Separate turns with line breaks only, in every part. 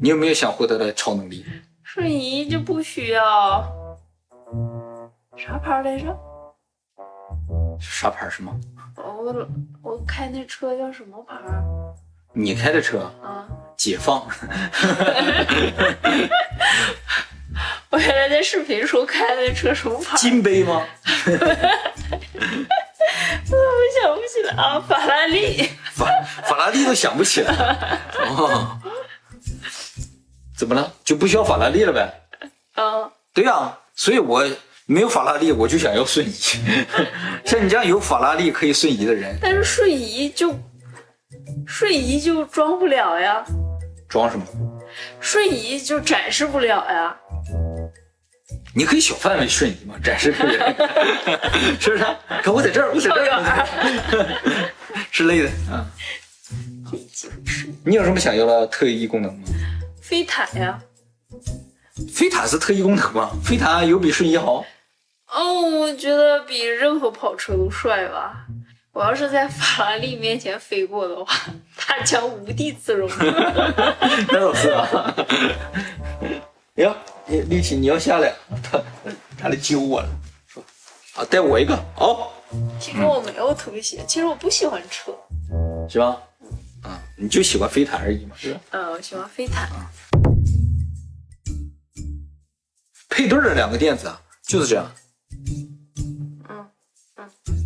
你有没有想获得的超能力？
瞬移就不需要。啥牌儿来着？
啥牌儿是吗？
我哦我开那车叫什么牌儿
你开的车，
啊？
解放，
我原来在视频时候开那车什么牌儿？
金杯吗？
我想不起来啊，法拉利。
法法拉利都想不起来。哦，怎么了？就不需要法拉利了呗？
嗯，
对呀、所以我没有法拉利，我就想要瞬移。 像你这样有法拉利可以瞬移的人，
但是瞬移就瞬移就装不了呀，
装什么？
瞬移就展示不了呀。
你可以小范围瞬移嘛，展示给 人，是不是？可我在 这儿，我在这
跳远儿
儿 之类的啊。你有什么想要的特异功能吗？
飞毯呀。
飞塔是特异功能吗？飞塔有比瞬移好？
哦，我觉得比任何跑车都帅吧。我要是在法拉利面前飞过的话，他将无地自容。
那倒是啊。 哎呀，你力气你要下来， 他他来揪我了，说啊带我一个，哦好、
其实我没有特别喜欢，其实我不喜欢车，
行吧？啊，你就喜欢飞塔而已嘛，是吧
嗯，我喜欢飞毯。
配对儿的两个电子啊，就是这样。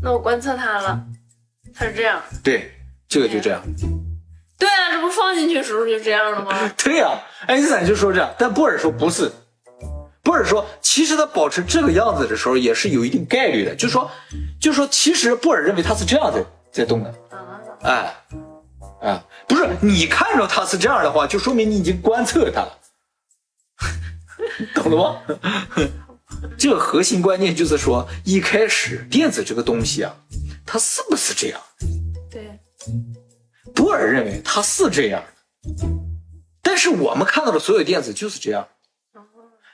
那我观测它了，它是这样。
对，这个就这样。
对啊，这不放进去时候就这样了吗？
对呀、爱因斯坦就说这样，但波尔说不是。波尔说，其实他保持这个样子的时候也是有一定概率的，就说，就说其实波尔认为他是这样在在动的，
啊，
哎，啊，不是你看着他是这样的话，就说明你已经观测他了， 懂了吗？ 这个核心观念就是说，一开始电子这个东西啊，它是不是这样？
对，
波尔认为它是这样的但是我们看到的所有电子就是这样。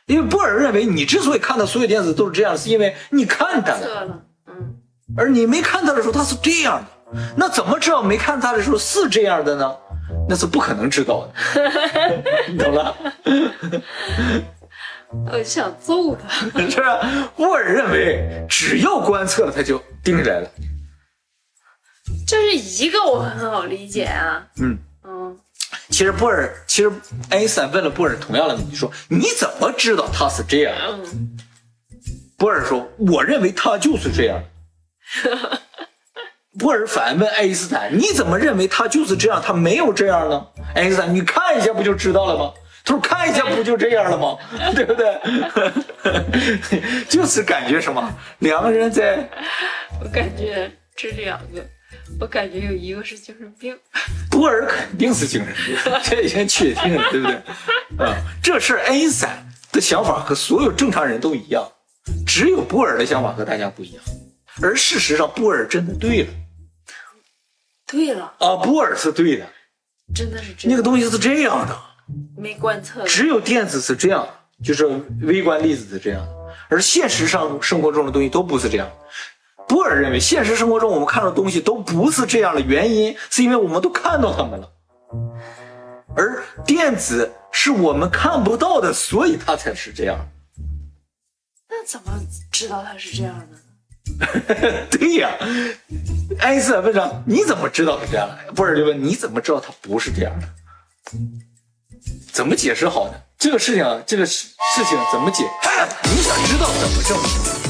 因为波尔认为你之所以看到所有电子都是这样，是因为你看它了，
测了，嗯，
而你没看它的时候它是这样的。那怎么知道没看它的时候是这样的呢？那是不可能知道的， 你懂了？
我想揍他。
是吧？波尔认为只要观测了，它就定下来了。
就是一个我很好理解啊，
嗯，
嗯，
其实波尔，其实爱因斯坦问了波尔同样的问题，说你怎么知道它是这样的？
嗯，
波尔说：“我认为他就是这样。”波尔反问爱因斯坦：“你怎么认为他就是这样？他没有这样呢？”爱因斯坦：“你看一下不就知道了吗？”他说：“看一下不就这样了吗？对 不对？”就是感觉什么，两个人在
我感觉这两个，我感觉有一个是精神病，
波尔肯定是精神病，这已经确定了，对不对？啊、这事儿爱因斯坦的想法和所有正常人都一样，只有波尔的想法和大家不一样。而事实上，波尔真的对了。
对了，
啊，波尔是对的，
真的是这
那
样，
个东西是这样的，
没观测，
只有电子是这样的，就是微观粒子是这样的，而现实上生活中的东西都不是这样。波尔认为，现实生活中我们看到的东西都不是这样的，原因是因为我们都看到它们了，而电子是我们看不到的，所以它才是这样。
那怎么知道他是这样的呢？
对呀、爱因斯坦问上你怎么知道是这样的？波尔就问你怎么知道它不是这样的？怎 么解释好呢？这个事情啊，这个事事情怎么解？你想知道怎么证明？